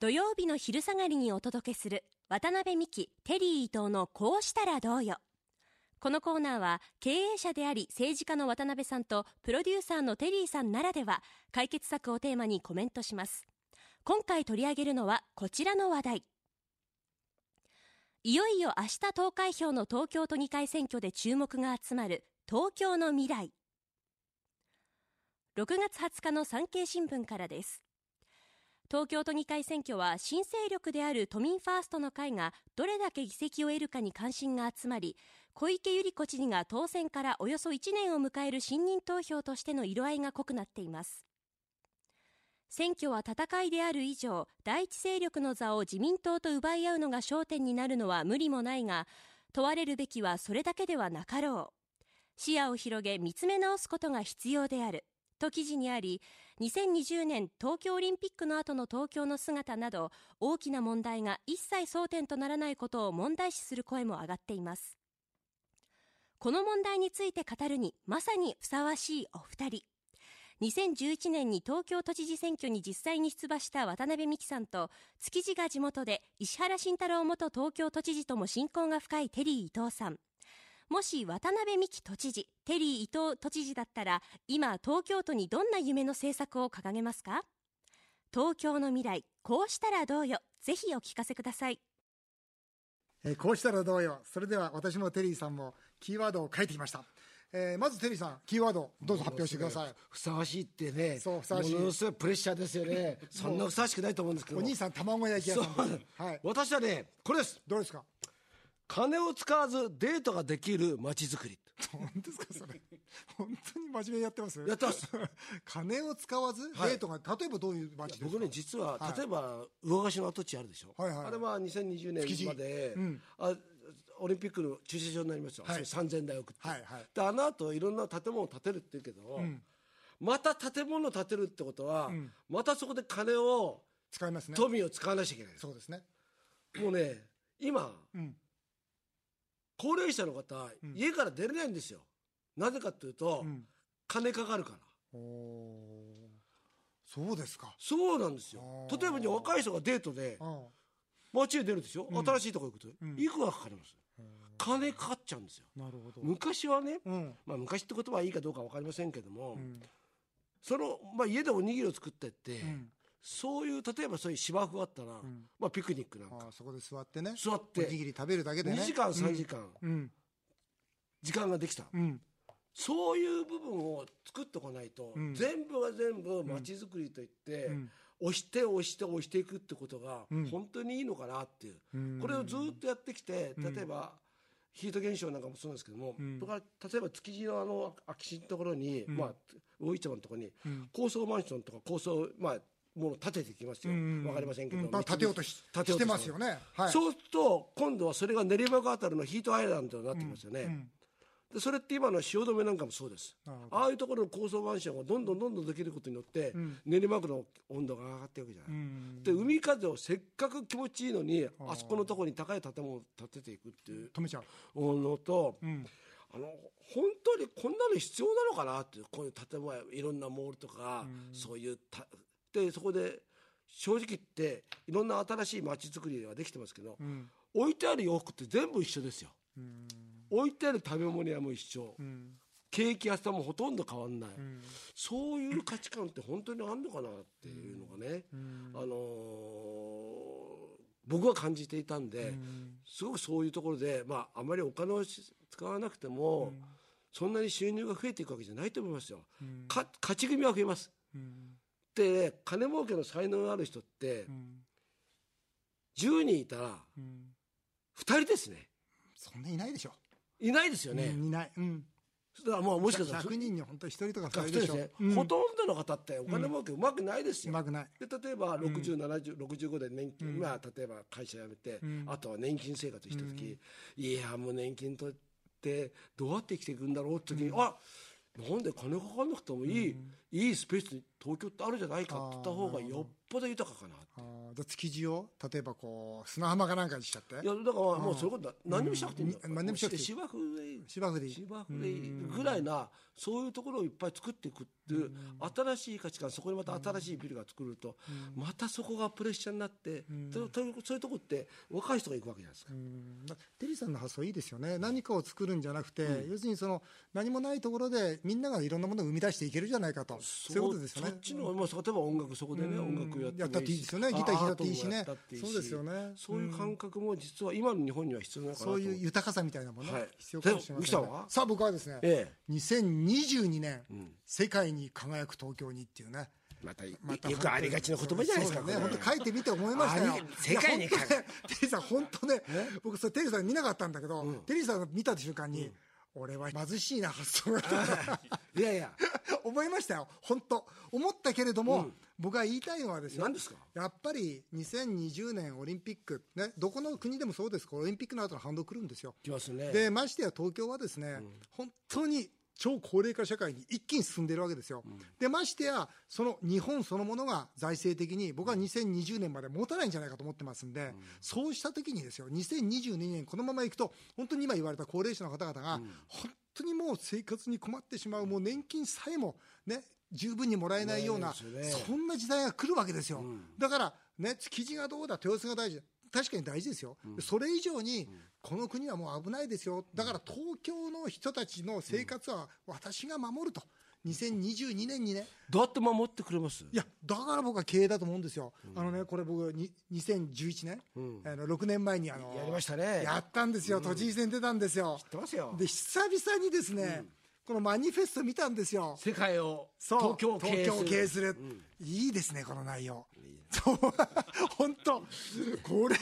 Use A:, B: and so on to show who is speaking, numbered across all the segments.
A: 土曜日の昼下がりにお届けする渡辺美希テリー伊藤のこうしたらどうよこのコーナーは経営者であり政治家の渡辺さんとプロデューサーのテリーさんならでは解決策をテーマにコメントします今回取り上げるのはこちらの話題いよいよ明日投開票の東京都議会選挙で注目が集まる東京の未来6月20日の産経新聞からです東京都議会選挙は新勢力である都民ファーストの会がどれだけ議席を得るかに関心が集まり小池百合子知事が当選からおよそ1年を迎える信任投票としての色合いが濃くなっています選挙は戦いである以上第一勢力の座を自民党と奪い合うのが焦点になるのは無理もないが問われるべきはそれだけではなかろう視野を広げ見つめ直すことが必要であると記事にあり2020年東京オリンピックの後の東京の姿など大きな問題が一切争点とならないことを問題視する声も上がっていますこの問題について語るにまさにふさわしいお二人2011年に東京都知事選挙に実際に出馬した渡辺美樹さんと築地が地元で石原慎太郎元東京都知事とも親交が深いテリー伊藤さんもし渡辺美樹都知事、テリー伊藤都知事だったら、今、東京都にどんな夢の政策を掲げますか東京の未来、こうしたらどうよ。ぜひお聞かせください。
B: えーこうしたらどうよ。それでは私もテリーさんもキーワードを書いてきました。えーまずテリーさん、キーワードどうぞ発表してください。
C: ふさわしいってね、
B: そうふさわしい
C: ものすごいプレッシャーです よね。そんなふさわしくないと思うんですけど
B: お
C: も。
B: 兄さん、卵焼き屋
C: そう
B: さん。はい。
C: 私はね、これです。
B: どうですか
C: 金を使わずデートができる街づくり。
B: 本当ですかそれ。本当に真面目にやってます
C: やっ てます。
B: 金を使わず、デ
C: はい
B: ートが、例えばどういう街ですか
C: 僕ね、実は、
B: はい
C: 例えば、魚河岸の跡地あるでしょ。
B: はいはい
C: あれは2020
B: 築地
C: 年まで、
B: うん
C: あオリンピックの駐車場になりました。
B: はい
C: それ3000台送って。
B: はいはい
C: で、あの後、いろんな建物を建てるって言うけど、また建物を建てるってことは、またそこで金を、
B: 使いますね。
C: 富を使わなきゃいけないです。
B: そうですね。
C: もうね、今、
B: うん。
C: 高齢者の方、家から出れないんですよ。なぜかというと、
B: うん
C: 金かかるから。
B: おーそうですか。
C: そうなんですよ
B: あ。ー
C: 例えばね、若い人がデートで
B: う、ん。
C: 街へ出るでしょ、新しいとこ行くと、
B: ん
C: いくらかかります金かかっちゃうんですよ。
B: なるほど。
C: 昔はね、
B: うん。
C: まあ昔って言葉はいいかどうかわかりませんけども、
B: うん。
C: その、まあ家でおにぎりを作ってって、
B: うん
C: そういう、例えばそういう芝生があったら、
B: ん
C: まあピクニックなん
B: あ
C: か、
B: ーそこで座ってね。
C: 座っ
B: お
C: て、
B: にぎり食べるだけでね。
C: 2時間、3時間、
B: うん。
C: 時間ができた。
B: うん。
C: そういう部分を作ってこないと、
B: うん
C: 全部が全部街づくりといって、
B: うん
C: 押して押して押していくってことが
B: うん
C: 本当にいいのかなっていう、
B: うん
C: これをずっとやってきて例えば、ヒート現象なんかもそうなんですけども、
B: うん
C: とか例えば築地のあの空き地のところに、
B: ん
C: まあ魚市場のところに、
B: うん
C: 高層マンションとか高層まあもの建ててきますよ、わ
B: うん
C: かりませんけど、
B: うまあ建てようとし
C: 建てよ
B: し
C: う
B: て
C: と
B: ますよね。はい。
C: そうすると今度はそれが練馬区あたりのヒートアイランドになってきますよね、
B: うん
C: でそれって今の汐留なんかもそうです
B: なるほど
C: ああいうところの高層マンションがどんどんどんどんできることによって、
B: ん
C: 練馬区の温度が上がっていくじゃな
B: う
C: い、
B: ん
C: で海風をせっかく気持ちいいのにあそこのところに高い建物を建てていくっていう
B: 止めちゃう。
C: のと、
B: うん。
C: あの本当にこんなの必要なのかなっていうこういう建物やいろんなモールとか、そういうたでそこで正直言っていろんな新しい街づくりができてますけど、
B: ん
C: 置いてある洋服って全部一緒ですよ
B: うん。
C: 置いてある食べ物屋も一緒、
B: うん。
C: ケーキ屋さんもほとんど変わんない、
B: ん
C: そういう価値観って本当にあんのかなっていうのがね、
B: ん
C: あのー僕は感じていたんで、すごくそういうところで、まあ、あまりお金をし使わなくても、そんなに収入が増えていくわけじゃないと思いますよ、
B: うん
C: か勝ち組は増えます
B: うん。
C: で金儲けの才能のある人って、
B: うん。
C: 10人いたら
B: うん。
C: 2人ですね
B: そんないないでしょ。
C: いないですよね、
B: うんいない。うん。
C: だからもうもしかしたら
B: 100人に本当一人とか
C: 学
B: 二人で
C: 生
B: し
C: です
B: ょ
C: ね。
B: うん
C: ほとんどの方ってお金儲けうまくないです
B: う
C: よ、
B: まくない。
C: で例えば60、70、65で年金、まあ、例えば会社辞めて、
B: ん
C: あとは年金生活した時、いやもう年金取ってどうやって生きていくんだろうって時に、あなんで金かかんなくてもいい、いいスペースに東京ってあるじゃないかって言った方がよっぽど豊かかなって
B: あーじゃあ築地を例えばこう砂浜かなんかにしちゃって
C: いやだからもうそういうことだ何にもしなくていいんだ、
B: うん何にもしなくていい
C: 芝生でいい
B: 芝生でいい
C: 芝生でいいぐらいなそういうところをいっぱい作っていくっていう新しい価値観そこにまた新しいビルが作るとまたそこがプレッシャーになってととそういうとこって若い人が行くわけじゃないですか
B: う。んだテリーさんの発想いいですよね何かを作るんじゃなくて、要するにその何もないところでみんながいろんなものを生み出していけるじゃないかとそういうことですよね
C: そっちの、まあ、例えば音楽そこでね、
B: うん
C: 音楽やっても
B: やったっていいですよねギター弾いたっていいしね
C: アートもやったっていいし
B: そうですよね
C: そういう感覚も実は今の日本には必要なのかなと
B: そう
C: 思
B: いう豊かさみたいなもの、
C: はい
B: 必要かもしれませんね
C: で三木さんは
B: さあ僕はですね、
C: え
B: 2022年、
C: え、うん、
B: 世界に輝く東京にっていうね
C: また
B: また
C: よくありがちな言葉じゃないですか
B: そうだね
C: これ
B: 本当書いてみて思いましたよ
C: あれ世界
B: い
C: に
B: や
C: 輝
B: 本当ねテリーさん本当ね僕それテリーさん見なかったんだけど、テリーさん見た瞬間に、俺は貧しいな発想が
C: いやいや
B: 思いましたよ本当思ったけれども、僕が言いたいのはですよ
C: 何ですか
B: やっぱり2020年オリンピック、ね、どこの国でもそうですけどオリンピックの後の反動来るんですよ
C: きますね
B: でましてや東京はですね、本当に超高齢化社会に一気に進んでいるわけですよ、でましてやその日本そのものが財政的に僕は2020年まで持たないんじゃないかと思ってますんで、そうした時にですよ2022年このままいくと本当に今言われた高齢者の方々が、本当にもう生活に困ってしまうもう年金さえもね十分にもらえないような、
C: ねえですよね
B: そんな時代が来るわけですよ、
C: ん
B: だから、ね、築地がどうだ、豊洲が大事だ、確かに大事ですよ、それ以上に、この国はもう危ないですよ、だから東京の人たちの生活は私が守ると、2022年にね、
C: どうやって守ってくれます
B: いや、だから僕は経営だと思うんですよ、あのね、これ、僕、に2011年、
C: ん
B: あの6年前にあの
C: やりましたね
B: やったんですよ、都知事選出たんですよ
C: 知っ、てますよ
B: で久々にですね、このマニフェスト見たんですよ。
C: 世界を
B: そう
C: 東京を経営
B: 東京を経営
C: する
B: する、いいですねこの内容そう本当これ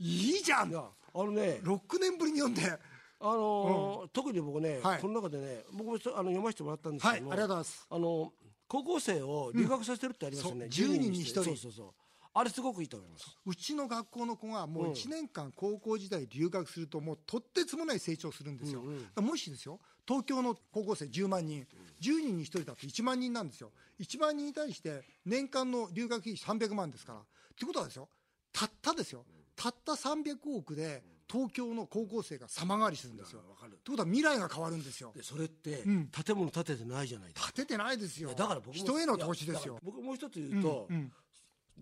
B: いいじゃん
C: いやあのね
B: 6年ぶりに読んで
C: あのー特に僕ね、
B: はい
C: この中でね僕もそあの読ませてもらったんですけども、
B: はいありがとうございます
C: あの高校生を留学させてるってありますよね、
B: うんそう10人に1人
C: そうそうそうあれすごくいいと思います
B: うちの学校の子がもう
C: うん
B: 1年間高校時代留学するともうとってつもない成長するんですよ、
C: うんうん
B: だからもしですよ東京の高校生10万人10人に1人だと1万人なんですよ1万人に対して年間の留学費300万ですからってことはですよたったですよたった300億で東京の高校生が様変わりするんですよ
C: わか
B: っ
C: る
B: てことは未来が変わるんですよ
C: でそれって、
B: ん
C: 建物建ててないじゃないですか
B: 建ててないですよ
C: だから僕も
B: 人への投資です
C: いや
B: よ
C: だから僕もう一つ言うと、
B: うん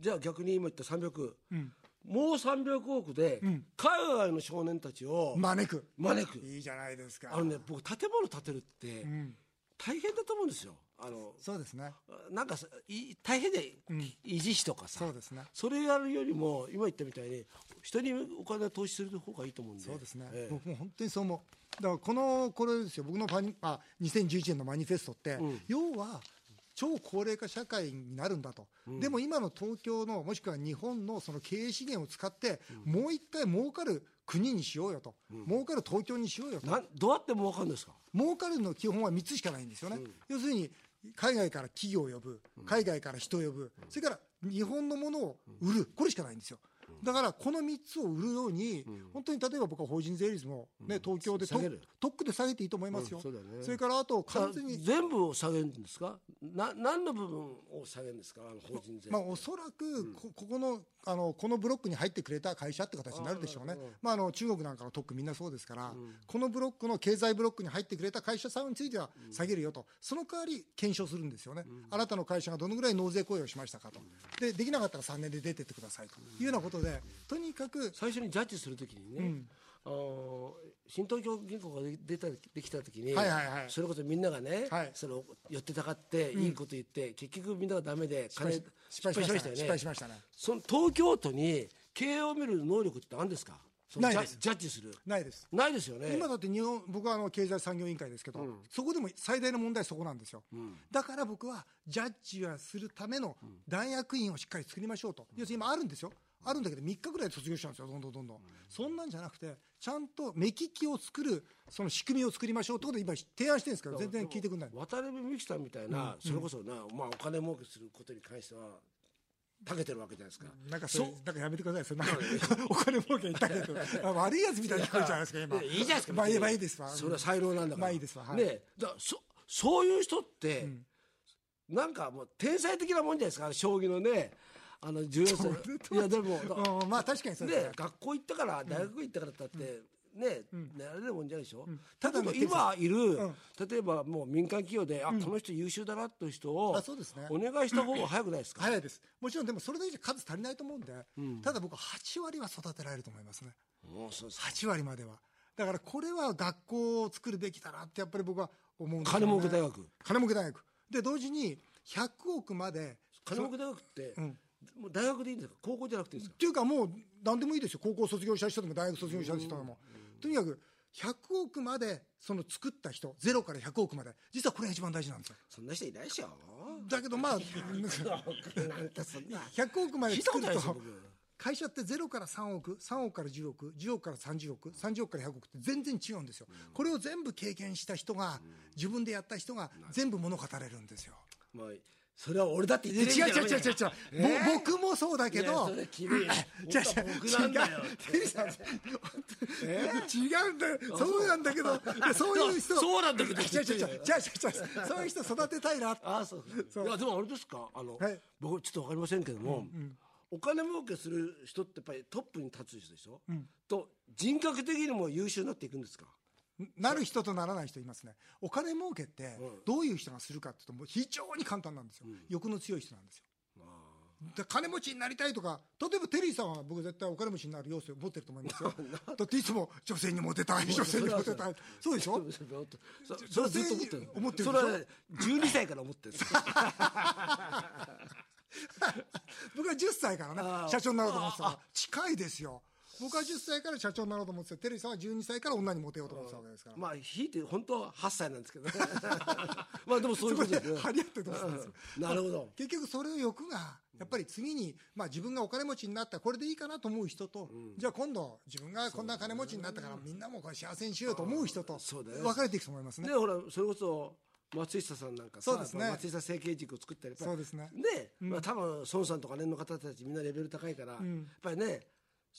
C: じゃあ逆に今言った300億、
B: うん
C: もう300億で、
B: ん
C: 海外の少年たちを
B: 招く
C: 招く、
B: いいじゃないですか
C: あのね僕建物建てるって
B: うん
C: 大変だと思うんですよあの
B: そうですね
C: なんかさい大変で、
B: ん
C: 維持費とかさ
B: そうですね
C: それやるよりも今言ったみたいに人にお金を投資する方がいいと思うんで
B: そうですね、
C: ええ
B: 僕も本当にそう思う、だからこのこれですよ、僕のパニあ2011年のマニフェストって、
C: うん
B: 要は超高齢化社会になるんだと、でも今の東京の、もしくは日本のその経営資源を使って、もう一回儲かる国にしようよと、儲かる東京にしようよと、
C: なんどうやって儲かるんですか
B: 儲かるの基本は3つしかないんですよね、要するに海外から企業を呼ぶ、海外から人を呼ぶ、それから日本のものを売る、これしかないんですよ。だからこの3つを売るように、本当に例えば僕は法人税率も、ね、東京でと
C: 下げる
B: 特区で下げていいと思いますよ、
C: うんそうだよね
B: れからあと完全
C: あ
B: に、
C: 全部を下げるんですかな何の部分を下げるんですかあの法人税、
B: まあ、おそらくこここのあのこのブロックに入ってくれた会社って形になるでしょうね
C: あーうん、
B: まあ、あの中国なんかの特区、みんなそうですから、このブロックの経済ブロックに入ってくれた会社さんについては下げるよと、その代わり検証するんですよね、あなたの会社がどのぐらい納税行為をしましたかと、でできなかったら3年で出てってくださいというようなことで、とにかく、
C: 最初にジャッジするときにね、あの新東京銀行がで出たできたときに、
B: はいはいはい
C: それこそみんながね、
B: はい
C: その寄ってたかっていいこと言って、結局みんながダメで金
B: 失敗しましたね、失
C: 失
B: 敗
C: 敗
B: し
C: し
B: ま
C: ま
B: し
C: したた
B: ね
C: ね。その東京都に経営を見る能力ってあるんですかその
B: ないで
C: ジャ
B: す
C: ジャッジする
B: ないです。
C: ないですよね
B: 今だって日本僕はあの経済産業委員会ですけど、そこでも最大の問題はそこなんですよ、だから僕はジャッジはするための弾薬員をしっかり作りましょうと、要するに今あるんですよあるんだけど3日ぐらいで卒業しちゃうんですよどんどんどんどん、そんなんじゃなくてちゃんと目利きを作るその仕組みを作りましょうってことで今提案してるんですけど全然聞いてくれない
C: 渡辺美樹さんみたいな、それこそな、まあ、お金儲けすることに関してはたけてるわけじゃないですか、
B: なんかそれなんかやめてくださいそれなんか お金儲け言ったけ どあ悪いやつみたいに聞こえちゃないですか今
C: いやいいじゃないですか、
B: まあ
C: 別
B: いい
C: に
B: まあいいですわ
C: それは才能なんだから、
B: まあいいですわはい
C: ねえだそそういう人って、なんかもう天才的なもんじゃないですかあの将棋のねあの14
B: それ
C: 歳
B: と
C: いやでも
B: うんまあ確かにそうです
C: ね
B: ね、
C: 学校行ったから大学行ったからだって、ね
B: うん
C: ねあれでもんじゃないでしょ、
B: うん
C: だけど今いる、
B: ん
C: 例えばもう民間企業で、あこの人優秀だなという人を
B: あそうですね
C: お願いした方が早くないですか、
B: 早いですもちろんでもそれだけじゃ数足りないと思うんで、
C: うん
B: ただ僕は8割は育てられると思いますね
C: もうそうです
B: 8割まではだからこれは学校を作るべきだなってやっぱり僕は思うんですよね
C: 金儲け大学
B: 金儲け大学で同時に100億まで
C: 金儲け大学って、
B: うん
C: もう大学でいいんですか高校じゃなくていいんですか
B: っていうかもう何でもいいですよ高校卒業した人でも大学卒業した人でもとにかく100億までその作った人ゼロから100億まで実はこれが一番大事なんですよ
C: そんな人いないでしょ
B: だけど まあ
C: なんてそんな
B: 100億まで
C: 聞いたこ
B: 作る
C: とないですよ
B: と
C: 僕
B: 会社って0から3億3億から10億10億から30億30億から100億って全然違うんですよこれを全部経験した人が自分でやった人が全部物語れるんですよ
C: まあそれは俺だって
B: い
C: 言
B: や
C: ってる
B: 違う
C: みた
B: 違
C: い
B: 違う
C: うな
B: 違う違う
C: えー
B: ぼ僕もそうだけ
C: いや
B: ど
C: それ君 本
B: じゃ
C: 当は僕なんだよ
B: 違う違う 違うんだよそうなんだけ どそういう人
C: そうなんだけど
B: 違う違う違う違う違う違うそういう人育てたいなって
C: ああそう
B: そう
C: いやでもあれですかあの、
B: はい
C: 僕ちょっとわかりませんけども、お金儲けする人ってやっぱりトップに立つ人でしょ、と人格的にも優秀になっていくんですか
B: なる人とならない人いますねお金儲けって
C: うん
B: どういう人がするかっていうともう非常に簡単なんですよ欲の強い人なんですよで金持ちになりたいとか例えばテリーさんは僕絶対お金持ちになる要素を持ってると思いますよだっていつも女性にモテたい女性にモテたいそうでしょ
C: そそそれはずっと思ってるの
B: 思ってるでし
C: そ
B: ょ
C: れは12歳から思ってる
B: 僕は10歳から
C: あー
B: ね社長になろうと思ってたか
C: あ
B: ら近いですよ僕は10歳から社長になろうと思っててテリーさんは12歳から女にモテようと思ってたわけですから、
C: まあひいて本当は8歳なんですけど まあでもそうい
B: そうこ
C: こ
B: で
C: とですね
B: 張り合ってどうするんですよ
C: うんなるほど
B: 結局それを欲がやっぱり次に、まあ、自分がお金持ちになったらこれでいいかなと思う人と、じゃあ今度自分がこんな金持ちになったからみんなもこれ幸せにしようと思う人と
C: そうだよ
B: 分かれていくと思いますね
C: でほらそれこそ松下さんなんかさ
B: そうですね
C: やっぱ松下整形塾を作ったりやっぱり
B: そうですね
C: ねまあ、多分孫さんとか年の方たちみんなレベル高いから、やっぱりね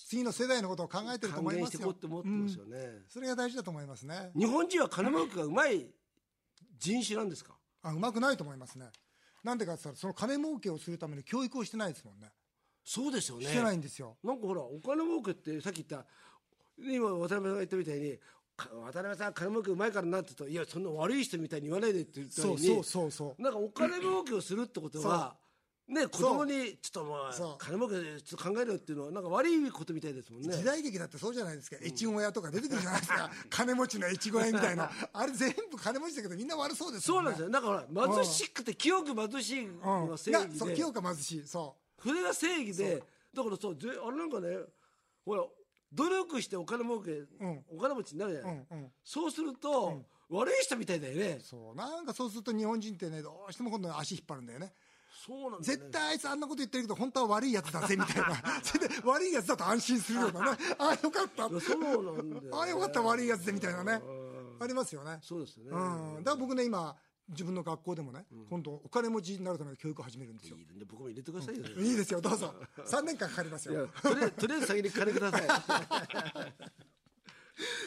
B: 次の世代のことを考えてると
C: 還
B: 思い
C: 元
B: ま
C: して
B: す
C: いこう
B: よ
C: って思ってますよね、
B: それが大事だと思いますね
C: 日本人は金儲けがうまい人種なんですか
B: あうまくないと思いますねなんでかって言ったらその金儲けをするための教育をしてないですもんね
C: そうですよね
B: してないんですよ
C: なんかほらお金儲けってさっき言った今渡辺さんが言ったみたいにか渡辺さん金儲けうまいからなって言うといやそんな悪い人みたいに言わないでって言った
B: そ
C: の
B: う
C: に
B: そうそうそう
C: なんかお金儲けをするってことは、ね、子供にちょっとま
B: そ
C: あ
B: う
C: 金儲けちょっと考えろよっていうのはなんか悪いことみたいですもんね
B: 時代劇だってそうじゃないですか、越後屋とか出てくるじゃない ですか金持ちの越後屋みたいなあれ全部金持ちだけどみんな悪そうです
C: そ
B: も
C: うんな
B: ね
C: んですよ。なんかほら、貧しくて、清く貧しいの
B: う
C: が
B: ん、
C: 正
B: が
C: 義
B: そう
C: で、
B: 清か貧しいそ
C: それが正義で、だからそう、ぜあれなんかね、ほら、努力してお金儲け、
B: ん
C: お金持ちになるじゃ
B: う、
C: な
B: う
C: い、
B: んうん、
C: そうすると、悪い人みたいだよね。
B: そうなんかそうすると日本人ってねどうしても今度足引っ張るんだよね
C: そうなんだよね
B: 絶対あいつあんなこと言ってるけど本当は悪いやつだぜみたい なそれで悪いやつだと安心するようなねああよかった
C: いやそうなんだよ、ね。
B: ああよかった悪いやつでみたいなね
C: うん
B: ありますよね
C: そうですね。
B: うんだから僕ね今自分の学校でもね、今度お金持ちになるための教育を始めるんですよ
C: いいね僕も入れてくださいよ、ね
B: いいですよどうぞ3年間かかります
C: いや
B: よ
C: とりあえずとりあえず先に金く ださい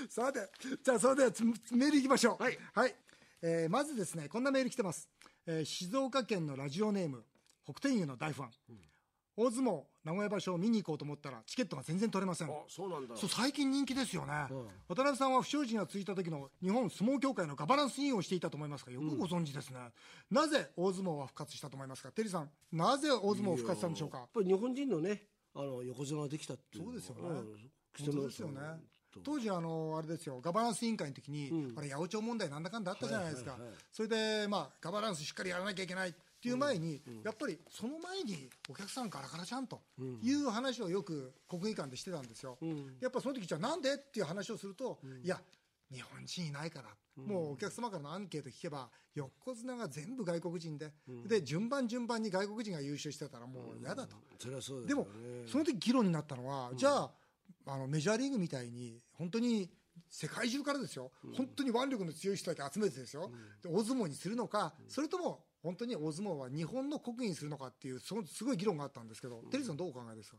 B: さて、じゃあ、それではつメールいきましょう。
C: はい。
B: えーまずですね、こんなメール来てます。えー静岡県のラジオネーム、北天佑の大ファン。大相撲、名古屋場所を見に行こうと思ったら、チケットが全然取れません
C: あ。そうなんだ
B: そう、最近人気ですよね。
C: うん
B: 渡辺さんは不祥事がついた時の日本相撲協会のガバナンス委員をしていたと思いますが、よくご存知ですね。なぜ大相撲は復活したと思いますかテリーさん、なぜ大相撲を復活したんでしょう
C: やっ
B: か
C: ぱり日本人のねあの横綱ができたっていうのは
B: そうですよね
C: ん貴
B: 本
C: 重
B: 当
C: な
B: ですよね
C: と
B: 当時あのあれですよガバナンス委員会の時に、
C: うん
B: あれ八百長問題なんだかんだあったじゃないですか、
C: はいはいはい
B: それでまあガバナンスしっかりやらなきゃいけないっていう前に、やっぱりその前にお客さんガラガラじゃんという話をよく国技館でしてたんですよ、
C: ん
B: やっぱその時じゃあなんでっていう話をすると、いや日本人いないから、もうお客様からのアンケート聞けば横綱が全部外国人で、で順番順番に外国人が優勝してたらもう嫌だと、
C: それはそう
B: で
C: よ
B: も、その時議論になったのは、じゃああのメジャーリーグみたいに本当に世界中からですよ、本当に腕力の強い人だけ集めてですよ、で大相撲にするのか、それとも本当に大相撲は日本の国技にするのかっていうそのすごい議論があったんですけど、テリーさんどうお考えですか、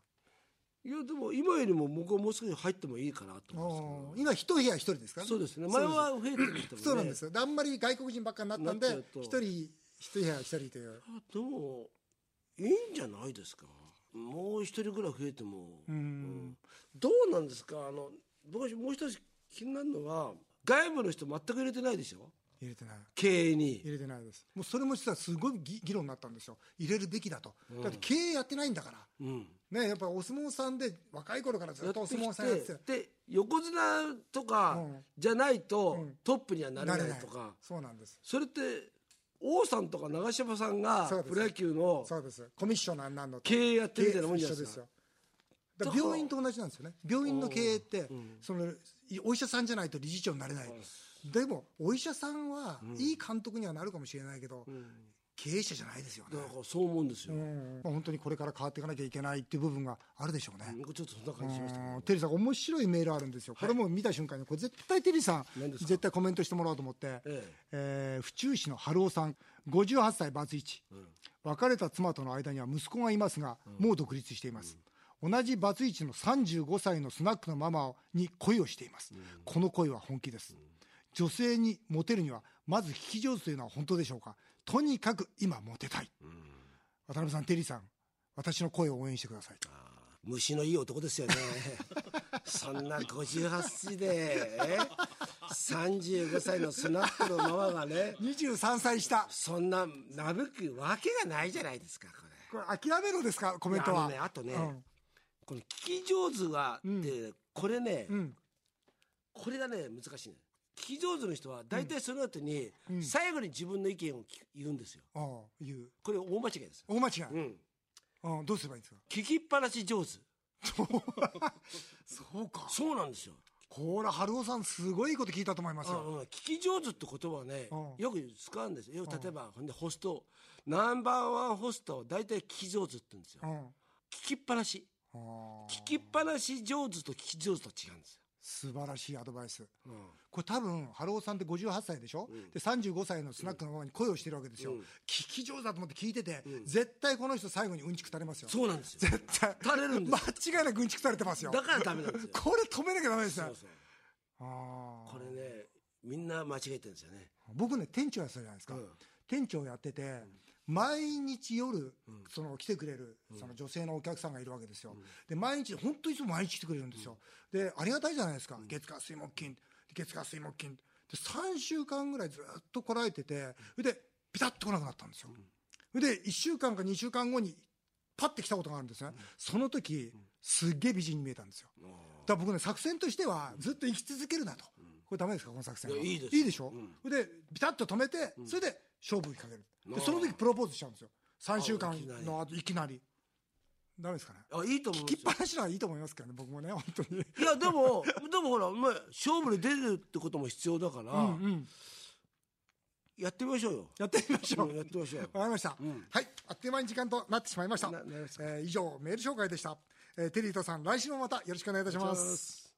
C: いやでも今よりも僕はもう少し入ってもいいかなと
B: あ
C: 思うん
B: ー今一部屋一人ですか
C: で
B: ら
C: すけどそうですね前は増えてる人もね
B: そうなんですよであんまり外国人ばっかになったんで
C: なっちゃうと
B: 一人一部屋一人という
C: あでもいいんじゃないですかもう一人ぐらい増えても、
B: うん
C: どうなんですかあの僕もう一つ気になるのは外部の人全く入れてないでしょ
B: 入れてない
C: 経営に
B: 入れてないですもうそれも実はすごい議議論になったんですよ入れるべきだと、だって経営やってないんだか
C: うん
B: らねやっぱお相撲さんで若い頃からず
C: や
B: っ
C: って
B: とお
C: き
B: 相撲さんやってて
C: てで横綱とか
B: うん
C: じゃないと
B: うん
C: トップにはな
B: な
C: れ
B: れ
C: な
B: ないい
C: とか
B: そうなんです
C: それって王さんとか長嶋さんが
B: そうです
C: プロ野球の
B: そうですコミッショナーになるのと
C: 経営やってるみたいなもんじゃない
B: 経営
C: で
B: 一緒
C: すか
B: よだから病院と同じなんですよね病院の経営って、そのいお医者さんじゃないと理事長になれない、でもお医者さんは、いい監督にはなるかもしれないけど、経営者じゃないですよね
C: だ、からそう思うんですよ、
B: う
C: なん
B: まあ、本当にこれから変わっていかなきゃいけないっていう部分があるでしょうね、
C: んかちょっとそんな感じしましたけど
B: うんテリーさん面白いメールあるんですよ、これもう見た瞬間にこれ絶対テリーさん
C: 何ですか
B: 絶対コメントしてもらおうと思って、え
C: え
B: ー府中市の春雄さん58歳バツ1、別れた妻との間には息子がいますが、もう独立しています、同じバツ1の35歳のスナックのママに恋をしています、この恋は本気です、女性にモテるにはまず聞き上手というのは本当でしょうかとにかく今モテたい、渡辺さんテリーさん私の声を応援してください
C: 虫のいい男です よねそんな58歳でえ35歳のスナックのママがね
B: 23歳下
C: そんななぶくわけがないじゃないですかこれ
B: これ諦めろですかコメント
C: あ
B: は、
C: のねあとね、
B: うん
C: この聞き上手がって、これね、
B: うん
C: これがね難しいね聞き上手の人は大体その後に、最後に自分の意見を聞く言うんですよ
B: ああいう
C: これ大間違いです、
B: 大間違い、
C: うん、
B: うん、どうすればいいんですか
C: 聞きっぱなし上手
B: そうか
C: そうなんですよ
B: ほら春雄さんすごいこと聞いたと思います
C: あ
B: よ
C: うん聞き上手って言葉はね、
B: うん
C: よく使うんですよ。例えば、ほんでホスト、ナンバーワンホストを大体聞き上手って言うんですよ。
B: う
C: 聞
B: ん
C: きっぱなし。
B: ああ
C: 聞きっぱなし上手と聞き上手と違うんです
B: 素晴らしいアドバイス
C: よ。
B: これ多分春雄さんって58歳でしょ、で35歳のスナックのままに恋をしてるわけですよ、聞き上手だと思って聞いてて、絶対この人最後にうんちく垂れますよ
C: そうなんですよ。
B: 絶対
C: 垂れるんで
B: 間
C: す
B: 違いなくうんちく垂れてますよ。
C: だからダメなんですよ
B: これ止めなきゃダメです
C: そ
B: よ
C: うそう
B: ああ
C: これね、みんな間違えてるんですよね。
B: 僕ね店長やってたじゃないですか、
C: うん
B: 店長やってて、毎日夜、その来てくれるその女性のお客さんがいるわけですよ、で毎日本当にいつも毎日来てくれるんですよ、でありがたいじゃないですか、月火水木金月火水木金で3週間ぐらいずっとこらえててでピタッと来なくなったんですよ、で1週間か2週間後にパッて来たことがあるんですね、その時すっげえ美人に見えたんですよだから僕ね作戦としてはずっと生き続けるなと、これダメですかこの作戦はい
C: やいいです
B: いいでしょ、でビタッと止めて、それで勝負にかけるでその時プロポーズしちゃうんですよ3週間
C: あいきなり
B: の後いきなりダメですかね
C: あ、いいと思うん
B: 聞き
C: で
B: っ
C: すよ
B: ぱ。なしのはいいと思いますけどね僕もね本当に
C: いや、でも、でもほら、お前勝負に出るってことも必要だから、
B: うんうん
C: やってみましょうよ。
B: やって みましょう、
C: うんやってみましょう。
B: わかりました、
C: ん
B: はいあっという間に時間となってしまいました
C: ななりました
B: えー以上メール紹介でした、えーテリーとさん来週もまたよろしくお願いいたします